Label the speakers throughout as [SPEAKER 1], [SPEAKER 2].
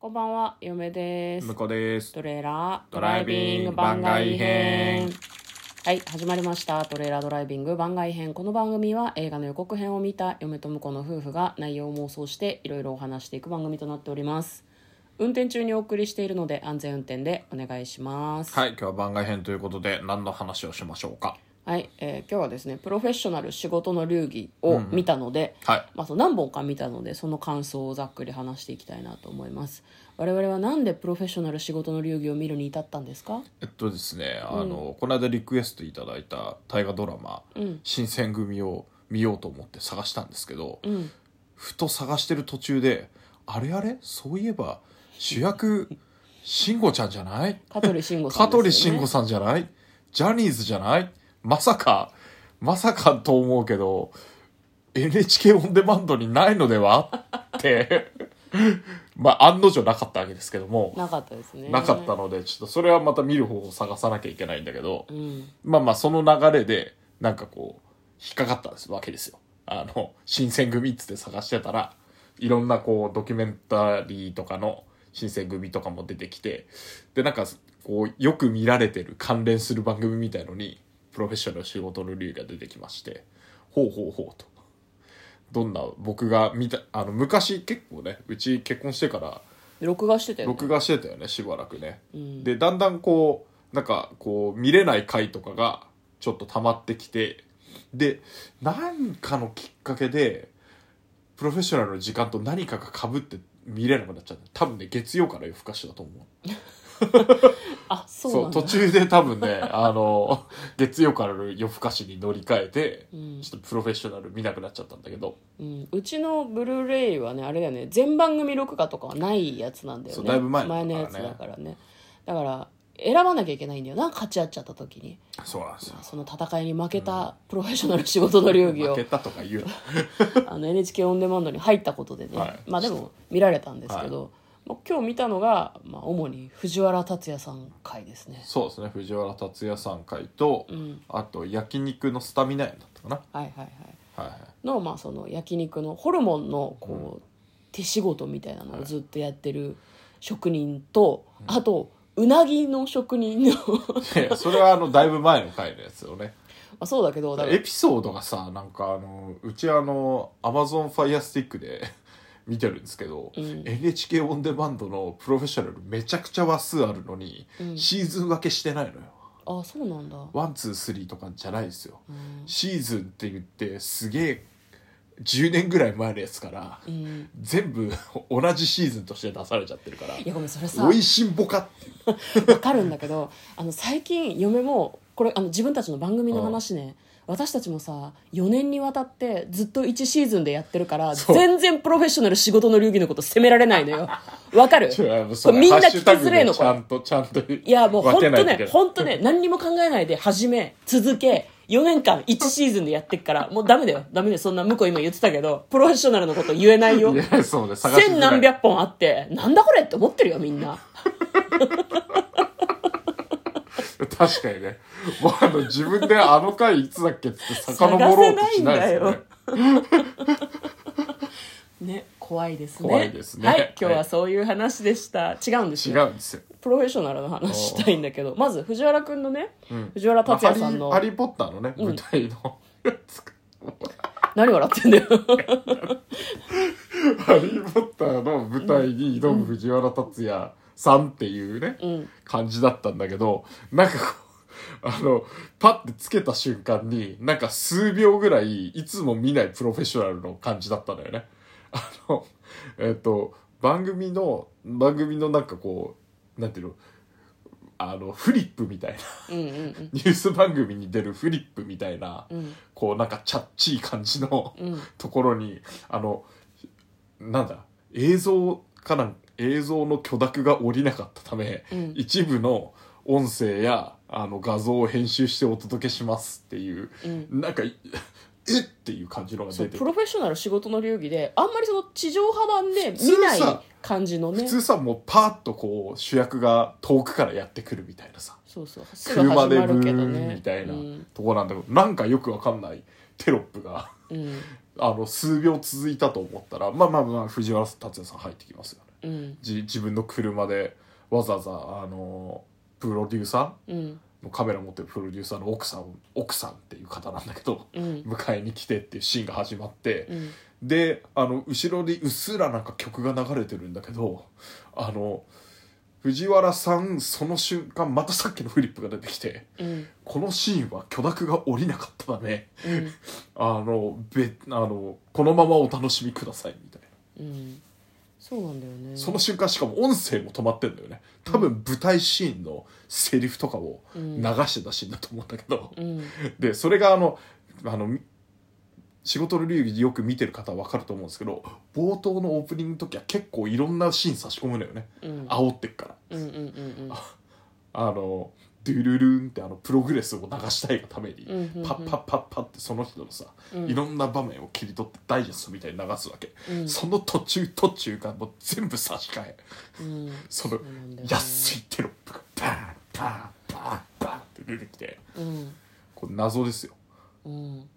[SPEAKER 1] こんばんは、嫁です
[SPEAKER 2] 向。こうです。
[SPEAKER 1] トレーラード
[SPEAKER 2] ド
[SPEAKER 1] ラ
[SPEAKER 2] ラ
[SPEAKER 1] イ
[SPEAKER 2] イ
[SPEAKER 1] ビ
[SPEAKER 2] ビ
[SPEAKER 1] ン
[SPEAKER 2] ン
[SPEAKER 1] グ
[SPEAKER 2] グ
[SPEAKER 1] 番
[SPEAKER 2] 番
[SPEAKER 1] 外
[SPEAKER 2] 外
[SPEAKER 1] 編
[SPEAKER 2] 編。
[SPEAKER 1] はい、始まりました。トレーラードライビング番外編。この番組は映画の予告編を見た嫁と婿の夫婦が内容を妄想していろいろお話していく番組となっております。運転中にお送りしているので安全運転でお願いします。
[SPEAKER 2] はい、今日は番外編ということで何の話をしましょうか。
[SPEAKER 1] はい、えー今日はですね、プロフェッショナル仕事の流儀を見たので、
[SPEAKER 2] はい。
[SPEAKER 1] まあ、そう何本か見たのでその感想をざっくり話していきたいなと思います我々はなんでプロフェッショナル仕事の流儀を見るに至ったんですか
[SPEAKER 2] えっとですね、あの、この間リクエストいただいた大河ドラマ、新選組を見ようと思って探したんですけど、ふと探してる途中で、あれあれそういえば主役、 慎吾ちゃんじゃない
[SPEAKER 1] 香取慎吾さ
[SPEAKER 2] 香
[SPEAKER 1] んですよね
[SPEAKER 2] 取慎吾さんじゃないジャニーズじゃないまさか、まさかと思うけど、NHK オンデマンドにないのではって、 まあ案の定なかったわけですけども、
[SPEAKER 1] なかったですね
[SPEAKER 2] なかったので、ちょっとそれはまた見る方法を探さなきゃいけないんだけど、
[SPEAKER 1] うん
[SPEAKER 2] まあまあその流れで、なんかこう、引っかかったんですわけですよ。あの、新選組っつって探してたら、いろんなこう、ドキュメンタリーとかの新選組とかも出てきて、で、なんか、こう、よく見られてる関連する番組みたいのに、プロフェッショナル仕事の流儀が出てきまして、ほうほうほうと。どんな僕が見た、あの、昔結構ね、うち結婚してから、
[SPEAKER 1] 録画してたよ、ね、
[SPEAKER 2] 録画してたよねしばらくね、
[SPEAKER 1] ん
[SPEAKER 2] でだんだんこうなんかこう見れない回とかがちょっと溜まってきてで何かのきっかけでプロフェッショナルの時間と何かがかぶって見れなくなっちゃった多分ね月曜から夜更かしだと思う
[SPEAKER 1] あそう
[SPEAKER 2] そう
[SPEAKER 1] なんだ
[SPEAKER 2] 途中で多分ねあの 月曜から夜更かしに乗り換えて、
[SPEAKER 1] ん
[SPEAKER 2] ちょっとプロフェッショナル見なくなっちゃったんだけど、
[SPEAKER 1] うん、うちのブルーレイはねあれだよね全番組録画とかはないやつなんだよ
[SPEAKER 2] そ
[SPEAKER 1] ね
[SPEAKER 2] うだいぶ前の
[SPEAKER 1] 前のや
[SPEAKER 2] だ
[SPEAKER 1] つ
[SPEAKER 2] か
[SPEAKER 1] だから
[SPEAKER 2] らね
[SPEAKER 1] ねだから選ばなきゃいけないんだよな勝ち合っちゃった時に
[SPEAKER 2] そうなんですよ
[SPEAKER 1] その戦いに負けたプロフェッショナル仕事の流儀を
[SPEAKER 2] 負けたとか言うな
[SPEAKER 1] あの NHK オンデマンドに入ったことでね、
[SPEAKER 2] はい
[SPEAKER 1] まあでも見られたんですけど、まあ今日見たのが、まあ、主に藤原竜也さん回ですね
[SPEAKER 2] そうですね藤原竜也さん会と、
[SPEAKER 1] ん
[SPEAKER 2] あと焼肉のスタミナ園だったか
[SPEAKER 1] はいはいはい
[SPEAKER 2] な、はいはい、
[SPEAKER 1] の,、まあその焼肉のホルモンのこう、手仕事みたいなのをずっとやってる職人と、あとうなぎの職人の ま
[SPEAKER 2] い やそれはあのだいぶ前の回のやつ をね
[SPEAKER 1] あそうだけどだから
[SPEAKER 2] エピソードがさなんかあのうちあのアマゾンファイアスティックで 見てるんですけど、NHK オンデマンドのプロフェッショナルめちゃくちゃ話数あるのに、シーズン分けしてないのよ
[SPEAKER 1] あそうなんだ
[SPEAKER 2] ワンツースリーとかじゃないですよ、シーズンって言ってすげえ10年ぐらい前のやつから、
[SPEAKER 1] ん
[SPEAKER 2] 全部 同じシーズンとして出されちゃってるから
[SPEAKER 1] いやごめんそれさ
[SPEAKER 2] おいしんぼかっていう
[SPEAKER 1] わかるんだけどあの最近嫁もこれあの自分たちの番組の話ね、私たちもさ4年にわたってずっと1シーズンでやってるから
[SPEAKER 2] そう
[SPEAKER 1] 全然プロフェッショナル仕事の流儀のこと責められないのよわかる
[SPEAKER 2] ちょあの
[SPEAKER 1] こ
[SPEAKER 2] そ
[SPEAKER 1] れ
[SPEAKER 2] れ
[SPEAKER 1] みんな
[SPEAKER 2] ハッ
[SPEAKER 1] 聞
[SPEAKER 2] シュ
[SPEAKER 1] き
[SPEAKER 2] タグ
[SPEAKER 1] づ
[SPEAKER 2] で
[SPEAKER 1] れえの
[SPEAKER 2] ち
[SPEAKER 1] こ
[SPEAKER 2] ゃ
[SPEAKER 1] れ
[SPEAKER 2] んとちゃんと
[SPEAKER 1] いやもう
[SPEAKER 2] 分
[SPEAKER 1] 本
[SPEAKER 2] けな
[SPEAKER 1] 当
[SPEAKER 2] いといけ
[SPEAKER 1] ね
[SPEAKER 2] ない
[SPEAKER 1] 本当ね何にも考えないで始め続け4年間1シーズンでやってっからもうダメだよダメだよそんな向こう今言ってたけどプロフェッショナルのこと言えないよ
[SPEAKER 2] いやそうね探しづ
[SPEAKER 1] 千
[SPEAKER 2] らい
[SPEAKER 1] 何百本あってなんだこれって思ってるよみんな
[SPEAKER 2] 確かにねもうあの自分であの回いつだっけって遡ろうとしないですよね
[SPEAKER 1] ね怖いですね
[SPEAKER 2] 怖いですね
[SPEAKER 1] はい今日はそういう話でした、違うんです
[SPEAKER 2] 違
[SPEAKER 1] よ
[SPEAKER 2] うんですよ
[SPEAKER 1] プロフェッショナルの話したいんだけどまず藤原くんのね、藤原
[SPEAKER 2] まあ
[SPEAKER 1] 竜也
[SPEAKER 2] ハリ
[SPEAKER 1] さんの
[SPEAKER 2] ーハリー・ポッターのね舞台のやつか
[SPEAKER 1] 何笑ってんだ よ
[SPEAKER 2] ハリー・ポッターの舞台に挑む藤原竜也さんっていうね、感じだったんだけど、なんかこう、 あの、パッてつけた瞬間に、なんか数秒ぐらい、いつも見ないプロフェッショナルの感じだったんだよね。 あの、えっ、と、番組の、番組のなんかこう、なんていうの、あの、フリップみたいな、
[SPEAKER 1] うんうんうん
[SPEAKER 2] ニュース番組に出るフリップみたいな、
[SPEAKER 1] ん
[SPEAKER 2] こうなんかチャッチー感じの、
[SPEAKER 1] うん
[SPEAKER 2] ところにあのなんだ映像かなん映像の許諾が下りなかったため、
[SPEAKER 1] うん
[SPEAKER 2] 一部の音声やあの画像を編集してお届けしますっていう、
[SPEAKER 1] うん
[SPEAKER 2] なんかいえっていう感じのが
[SPEAKER 1] そう
[SPEAKER 2] 出て
[SPEAKER 1] プ
[SPEAKER 2] る
[SPEAKER 1] ロフェッショナル仕事の流儀であんまりその地上波版で見ない感じの
[SPEAKER 2] 普
[SPEAKER 1] ね
[SPEAKER 2] 通さもうパーッとこう主役が遠くからやってくるみたいなさ
[SPEAKER 1] そうそうすぐ始ま
[SPEAKER 2] 車でブ
[SPEAKER 1] るけど
[SPEAKER 2] ーン
[SPEAKER 1] ね
[SPEAKER 2] みたいな
[SPEAKER 1] うん
[SPEAKER 2] とこなんだけど、なんかよくわかんないテロップが
[SPEAKER 1] うん
[SPEAKER 2] あの数秒続いたと思ったらまあまあまあ藤原竜也さん入ってきますよね
[SPEAKER 1] うん
[SPEAKER 2] じ自分の車でわざわざあのプロデューサ
[SPEAKER 1] うん
[SPEAKER 2] ーのカメラ持ってるプロデューサーの奥さん奥さんっていう方なんだけど、
[SPEAKER 1] うん
[SPEAKER 2] 迎えに来てっていうシーンが始まって、
[SPEAKER 1] うん
[SPEAKER 2] であの後ろにうっすらなんか曲が流れてるんだけどあの藤原さんその瞬間またさっきのフリップが出てきて
[SPEAKER 1] うん
[SPEAKER 2] このシーンは許諾が下りなかったため
[SPEAKER 1] うん
[SPEAKER 2] あのべあのこのままお楽しみくださいみたいな。
[SPEAKER 1] うんそうなんだよね
[SPEAKER 2] その瞬間しかも音声も止まってんだよね多分舞台シーンのセリフとかを
[SPEAKER 1] うん
[SPEAKER 2] 流してたシーンだと思うんだけど、
[SPEAKER 1] うん
[SPEAKER 2] でそれがあのあのみ仕事の流儀よく見てる方は分かると思うんですけど冒頭のオープニングの時は結構いろんなシーン差し込むのよね、
[SPEAKER 1] うん
[SPEAKER 2] 煽ってっから
[SPEAKER 1] うんうんうん
[SPEAKER 2] あのドゥルルンってあのプログレスを流したいがために、
[SPEAKER 1] うんうんうん
[SPEAKER 2] パッパッパッパッってその人のさ、
[SPEAKER 1] うん
[SPEAKER 2] いろんな場面を切り取ってダイジェストみたいに流すわけ、
[SPEAKER 1] うん
[SPEAKER 2] その途中途中がもう全部差し替え
[SPEAKER 1] うんうん
[SPEAKER 2] その
[SPEAKER 1] うなんだよね
[SPEAKER 2] 安いテロップがバーンバーンバーンバーンって出てきて
[SPEAKER 1] うん
[SPEAKER 2] これ謎ですよ
[SPEAKER 1] うん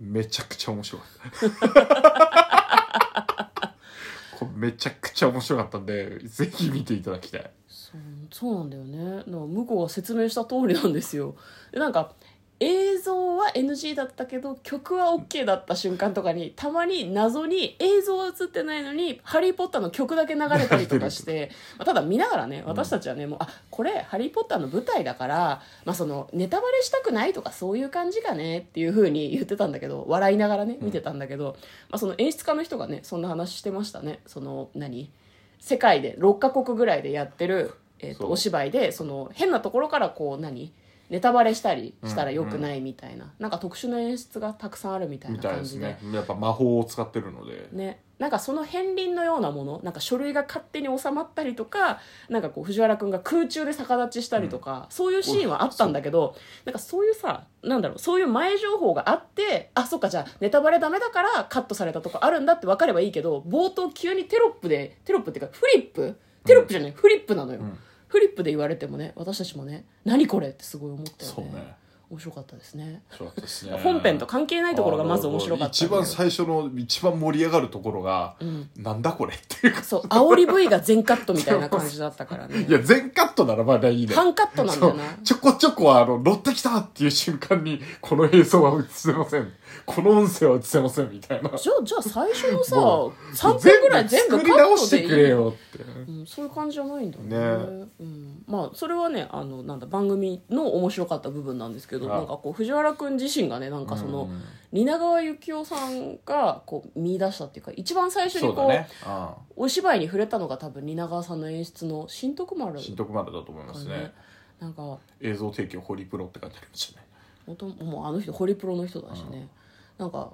[SPEAKER 2] めちゃくちゃ面白かった これめちゃくちゃ面白かったんでぜひ見ていただきたい
[SPEAKER 1] そうそうなんだよねだから向こうが説明した通りなんですよでなんか映像は NG だったけど曲は OK だった瞬間とかにたまに謎に映像は映ってないのに「ハリー・ポッター」の曲だけ流れたりとかして、まあ、ただ見ながらね私たちはね、もうあこれ「ハリー・ポッター」の舞台だから、まあ、そのネタバレしたくないとかそういう感じかねっていうふうに言ってたんだけど笑いながらね見てたんだけど、まあ、その演出家の人がねそんな話してましたねその何世界で6カ国ぐらいでやってる、えー
[SPEAKER 2] そ
[SPEAKER 1] と
[SPEAKER 2] う
[SPEAKER 1] お芝居でその変なところからこう何ネタバレしたりしたらよくないみたいな、なんか特殊な演出がたくさんあるみたい
[SPEAKER 2] み
[SPEAKER 1] な
[SPEAKER 2] たい
[SPEAKER 1] 感
[SPEAKER 2] で
[SPEAKER 1] じ
[SPEAKER 2] す
[SPEAKER 1] で
[SPEAKER 2] ねやっぱ魔法を使ってるので
[SPEAKER 1] ね、なんかその片鱗のようなものなんか書類が勝手に収まったりとかなんかこう藤原君が空中で逆立ちしたりとか、そういうシーンはあったんだけどなんかそういうさなんだろうそういう前情報があってあそっかじゃあネタバレダメだからカットされたとこあるんだって分かればいいけど冒頭急にテロップでテロップっていうかフリップテロップじゃない、フリップなのよ、
[SPEAKER 2] ん
[SPEAKER 1] フリップで言われてもね私たちもね何これってすごい思ったよね
[SPEAKER 2] そうね
[SPEAKER 1] 面白かったですね
[SPEAKER 2] 面白かったですね
[SPEAKER 1] 本編と関係ないところがまず面白かった
[SPEAKER 2] 一
[SPEAKER 1] んだけど
[SPEAKER 2] 番最初の一番盛り上がるところが、
[SPEAKER 1] ん
[SPEAKER 2] なんだこれっていうか
[SPEAKER 1] そう煽り V が全カットみたいな感じだったからね
[SPEAKER 2] いや全カットならまだいいね
[SPEAKER 1] 半カットなんだよな
[SPEAKER 2] そうちょこちょこあの乗ってきたっていう瞬間にこの映像は映せませんこの音声は映せませんみたいな
[SPEAKER 1] じゃあじゃあ最初のさ
[SPEAKER 2] も
[SPEAKER 1] 3分ぐらい全部カ
[SPEAKER 2] 作り直
[SPEAKER 1] ット
[SPEAKER 2] し
[SPEAKER 1] でい
[SPEAKER 2] て
[SPEAKER 1] い
[SPEAKER 2] くれよって
[SPEAKER 1] うん、そういう感じじゃないんだよね
[SPEAKER 2] ね
[SPEAKER 1] うん、まあそれはねあのなんだ番組の面白かった部分なんですけど
[SPEAKER 2] あ
[SPEAKER 1] なんかこう藤原君自身がねなんかその、
[SPEAKER 2] うん
[SPEAKER 1] 蜷川幸雄さんがこう見出したっていうか一番最初
[SPEAKER 2] そ
[SPEAKER 1] に
[SPEAKER 2] うだ
[SPEAKER 1] こう、
[SPEAKER 2] ねああ
[SPEAKER 1] お芝居に触れたのが多分蜷川さんの演出の「新徳丸」
[SPEAKER 2] 新徳丸だと思いますね
[SPEAKER 1] なんか
[SPEAKER 2] 映像提供ホリプロって書いてありましたね
[SPEAKER 1] もともうあの人ホリプロの人だしね、なんか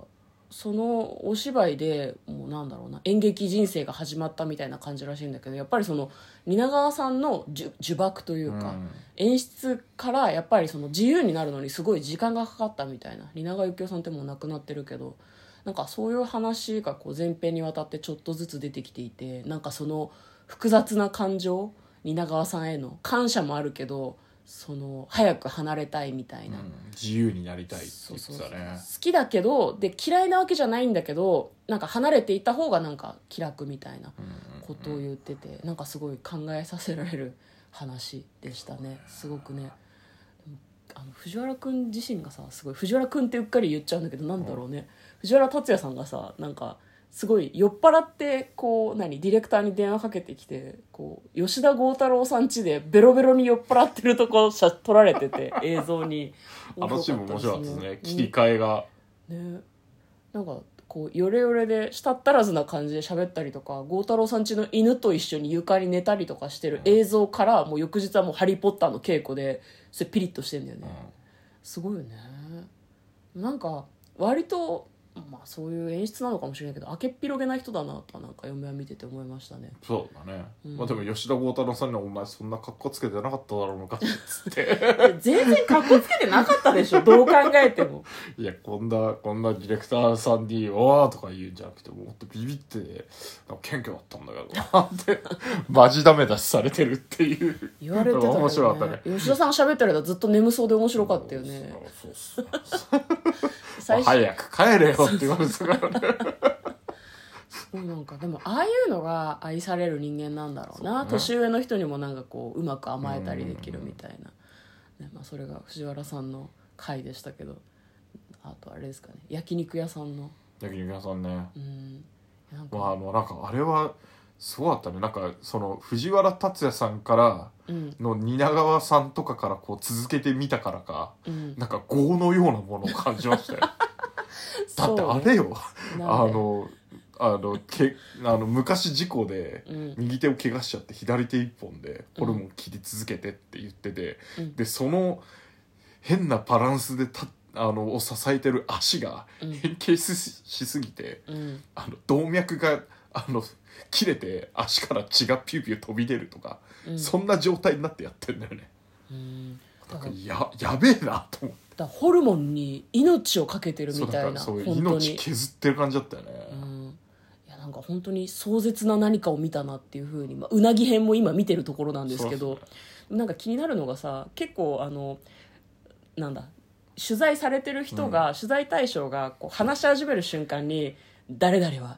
[SPEAKER 1] そのお芝居でもうなんだろうな演劇人生が始まったみたいな感じらしいんだけどやっぱりその蜷川さんの呪呪縛というか、
[SPEAKER 2] うん
[SPEAKER 1] 演出からやっぱりその自由になるのにすごい時間がかかったみたいな蜷川幸雄さんってもう亡くなってるけどなんかそういう話がこう前編にわたってちょっとずつ出てきていてなんかその複雑な感情蜷川さんへの感謝もあるけどその早く離れたいみたいな。
[SPEAKER 2] うん自由になりたいって
[SPEAKER 1] そ
[SPEAKER 2] 言
[SPEAKER 1] う
[SPEAKER 2] って
[SPEAKER 1] そうそう
[SPEAKER 2] たね
[SPEAKER 1] 好きだけどで嫌いなわけじゃないんだけどなんか離れていった方がなんか気楽みたいなことを言ってて、なんかすごい考えさせられる話でしたねすごくねでもあの藤原君自身がさすごい藤原君ってうっかり言っちゃうんだけどなんだろうね、藤原竜也さんがさなんかすごい酔っ払ってこう何ディレクターに電話かけてきてこう吉田剛太郎さん家でベロベロに酔っ払ってるとこ写撮られてて映像に
[SPEAKER 2] あのシーンも面白かったですね切
[SPEAKER 1] うん
[SPEAKER 2] り替えが
[SPEAKER 1] ねなんかこうヨレヨレで舌ったらずな感じで喋ったりとか豪太郎さん家の犬と一緒に床に寝たりとかしてる映像からもう翌日はもう「ハリー・ポッター」の稽古でそれピリッとしてんだよね、すごいよねなんか割とまあそういう演出なのかもしれないけど明けっぴろげな人だなとはなんか嫁は見てて思いました ね
[SPEAKER 2] そうだね
[SPEAKER 1] うん
[SPEAKER 2] まあでも吉田剛太郎さんにはお前そんな格好つけてなかっただろうなかっつって
[SPEAKER 1] 全然かっこつけてなかったでしょどう考えても
[SPEAKER 2] いやこんなこんなディレクターさんに「おー」とか言うんじゃなくてもっとビビってなんか謙虚だったんだけどなって マジダメ出しされてるっていう
[SPEAKER 1] 言われてたけどね
[SPEAKER 2] 面白かったね
[SPEAKER 1] 吉田さんが喋ってる間ずっと眠そうで面白かったよね
[SPEAKER 2] そうっすね
[SPEAKER 1] 最初
[SPEAKER 2] 早く帰れよって言われてたからね
[SPEAKER 1] ごいなんかでもああいうのが愛される人間なんだろうな
[SPEAKER 2] そうね
[SPEAKER 1] 年上の人にもなんかこううまく甘えたりできるみたいな、ねまあ、それが藤原さんの回でしたけどあとあれですかね焼肉屋さんの
[SPEAKER 2] 焼肉屋さんね
[SPEAKER 1] うんなんか、
[SPEAKER 2] まああのなんかあれはすごかったねなんかその藤原竜也さんから
[SPEAKER 1] うん
[SPEAKER 2] の蜷川さんとかからこう続けてみたからか
[SPEAKER 1] うん
[SPEAKER 2] なんか業のようなものを感じましたよだってあ
[SPEAKER 1] そう
[SPEAKER 2] れよ、
[SPEAKER 1] ね
[SPEAKER 2] あのあのけあの昔事故で
[SPEAKER 1] うん
[SPEAKER 2] 右手を怪我しちゃって左手一本でホルモン切り続けてって言ってて、
[SPEAKER 1] うん
[SPEAKER 2] でその変なバランスでたあのを支えてる足が
[SPEAKER 1] うん
[SPEAKER 2] 変形ししすぎて
[SPEAKER 1] うん
[SPEAKER 2] あの動脈があの切れて足から血がピューピュー飛び出るとか、
[SPEAKER 1] うん
[SPEAKER 2] そんな状態になってやってんだよね
[SPEAKER 1] うんだ
[SPEAKER 2] なん
[SPEAKER 1] か
[SPEAKER 2] からややべえなと思って
[SPEAKER 1] だからホルモンに命を懸けてる
[SPEAKER 2] そ
[SPEAKER 1] み
[SPEAKER 2] う
[SPEAKER 1] た
[SPEAKER 2] ないん
[SPEAKER 1] な
[SPEAKER 2] かそういう
[SPEAKER 1] 本当
[SPEAKER 2] 命
[SPEAKER 1] に
[SPEAKER 2] 削ってる感じだったよね、
[SPEAKER 1] うんいやなんか本当に壮絶な何かを見たなっていうふうに、まあ、うなぎ編も今見てるところなんですけど
[SPEAKER 2] そう
[SPEAKER 1] なんか気になるのがさ結構あのなんだ取材されてる人が、取材対象がこう話し始める瞬間に誰々は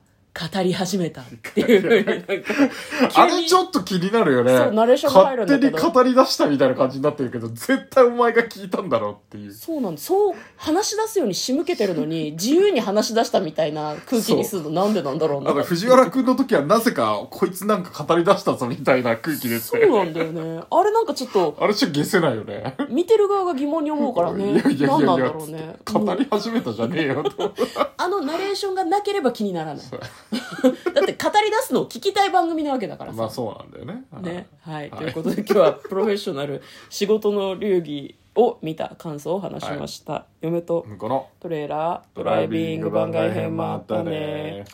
[SPEAKER 1] 語り始めたっていうふうになんか
[SPEAKER 2] あ
[SPEAKER 1] 急
[SPEAKER 2] れ
[SPEAKER 1] に
[SPEAKER 2] ちょっと気になるよね
[SPEAKER 1] そうナレーションが入るんだ
[SPEAKER 2] 勝
[SPEAKER 1] け
[SPEAKER 2] 手
[SPEAKER 1] ど
[SPEAKER 2] に語り出したみたいな感じになってるけど絶対お前が聞いたんだろうっていう
[SPEAKER 1] そうなんですそう話し出すように仕向けてるの に自由に話し出したみたいな空気にするのなんでなんだろうな
[SPEAKER 2] なんか藤原君の時はなぜかこいつなんか語り出したぞみたいな空気で
[SPEAKER 1] そうなんだよねあれなんかちょっと
[SPEAKER 2] あれちょっと消せないよね
[SPEAKER 1] 見てる側が疑問に思うから
[SPEAKER 2] い
[SPEAKER 1] ね
[SPEAKER 2] やいやいや
[SPEAKER 1] 何
[SPEAKER 2] い
[SPEAKER 1] なんだ
[SPEAKER 2] や
[SPEAKER 1] ろうね
[SPEAKER 2] つって語
[SPEAKER 1] もう
[SPEAKER 2] り始めたじゃねえよと
[SPEAKER 1] あのナレーションがなければ気にならない
[SPEAKER 2] う
[SPEAKER 1] だって語り出すのを聞きたい番組なわけだからさ、
[SPEAKER 2] まあそうなんだよね
[SPEAKER 1] ねはい、
[SPEAKER 2] は
[SPEAKER 1] と
[SPEAKER 2] い
[SPEAKER 1] いうことで今日はプロフェッショナル仕事の流儀を見た感想を話しました、嫁と
[SPEAKER 2] 向こうの
[SPEAKER 1] トレーラード
[SPEAKER 2] ド
[SPEAKER 1] ラ
[SPEAKER 2] ラ
[SPEAKER 1] イ
[SPEAKER 2] イ
[SPEAKER 1] ビ
[SPEAKER 2] ビ
[SPEAKER 1] ン
[SPEAKER 2] ン
[SPEAKER 1] グ
[SPEAKER 2] グ
[SPEAKER 1] 番外
[SPEAKER 2] 番外
[SPEAKER 1] 編
[SPEAKER 2] 編
[SPEAKER 1] も
[SPEAKER 2] も
[SPEAKER 1] あ
[SPEAKER 2] あ
[SPEAKER 1] っ
[SPEAKER 2] ったた
[SPEAKER 1] ね
[SPEAKER 2] ね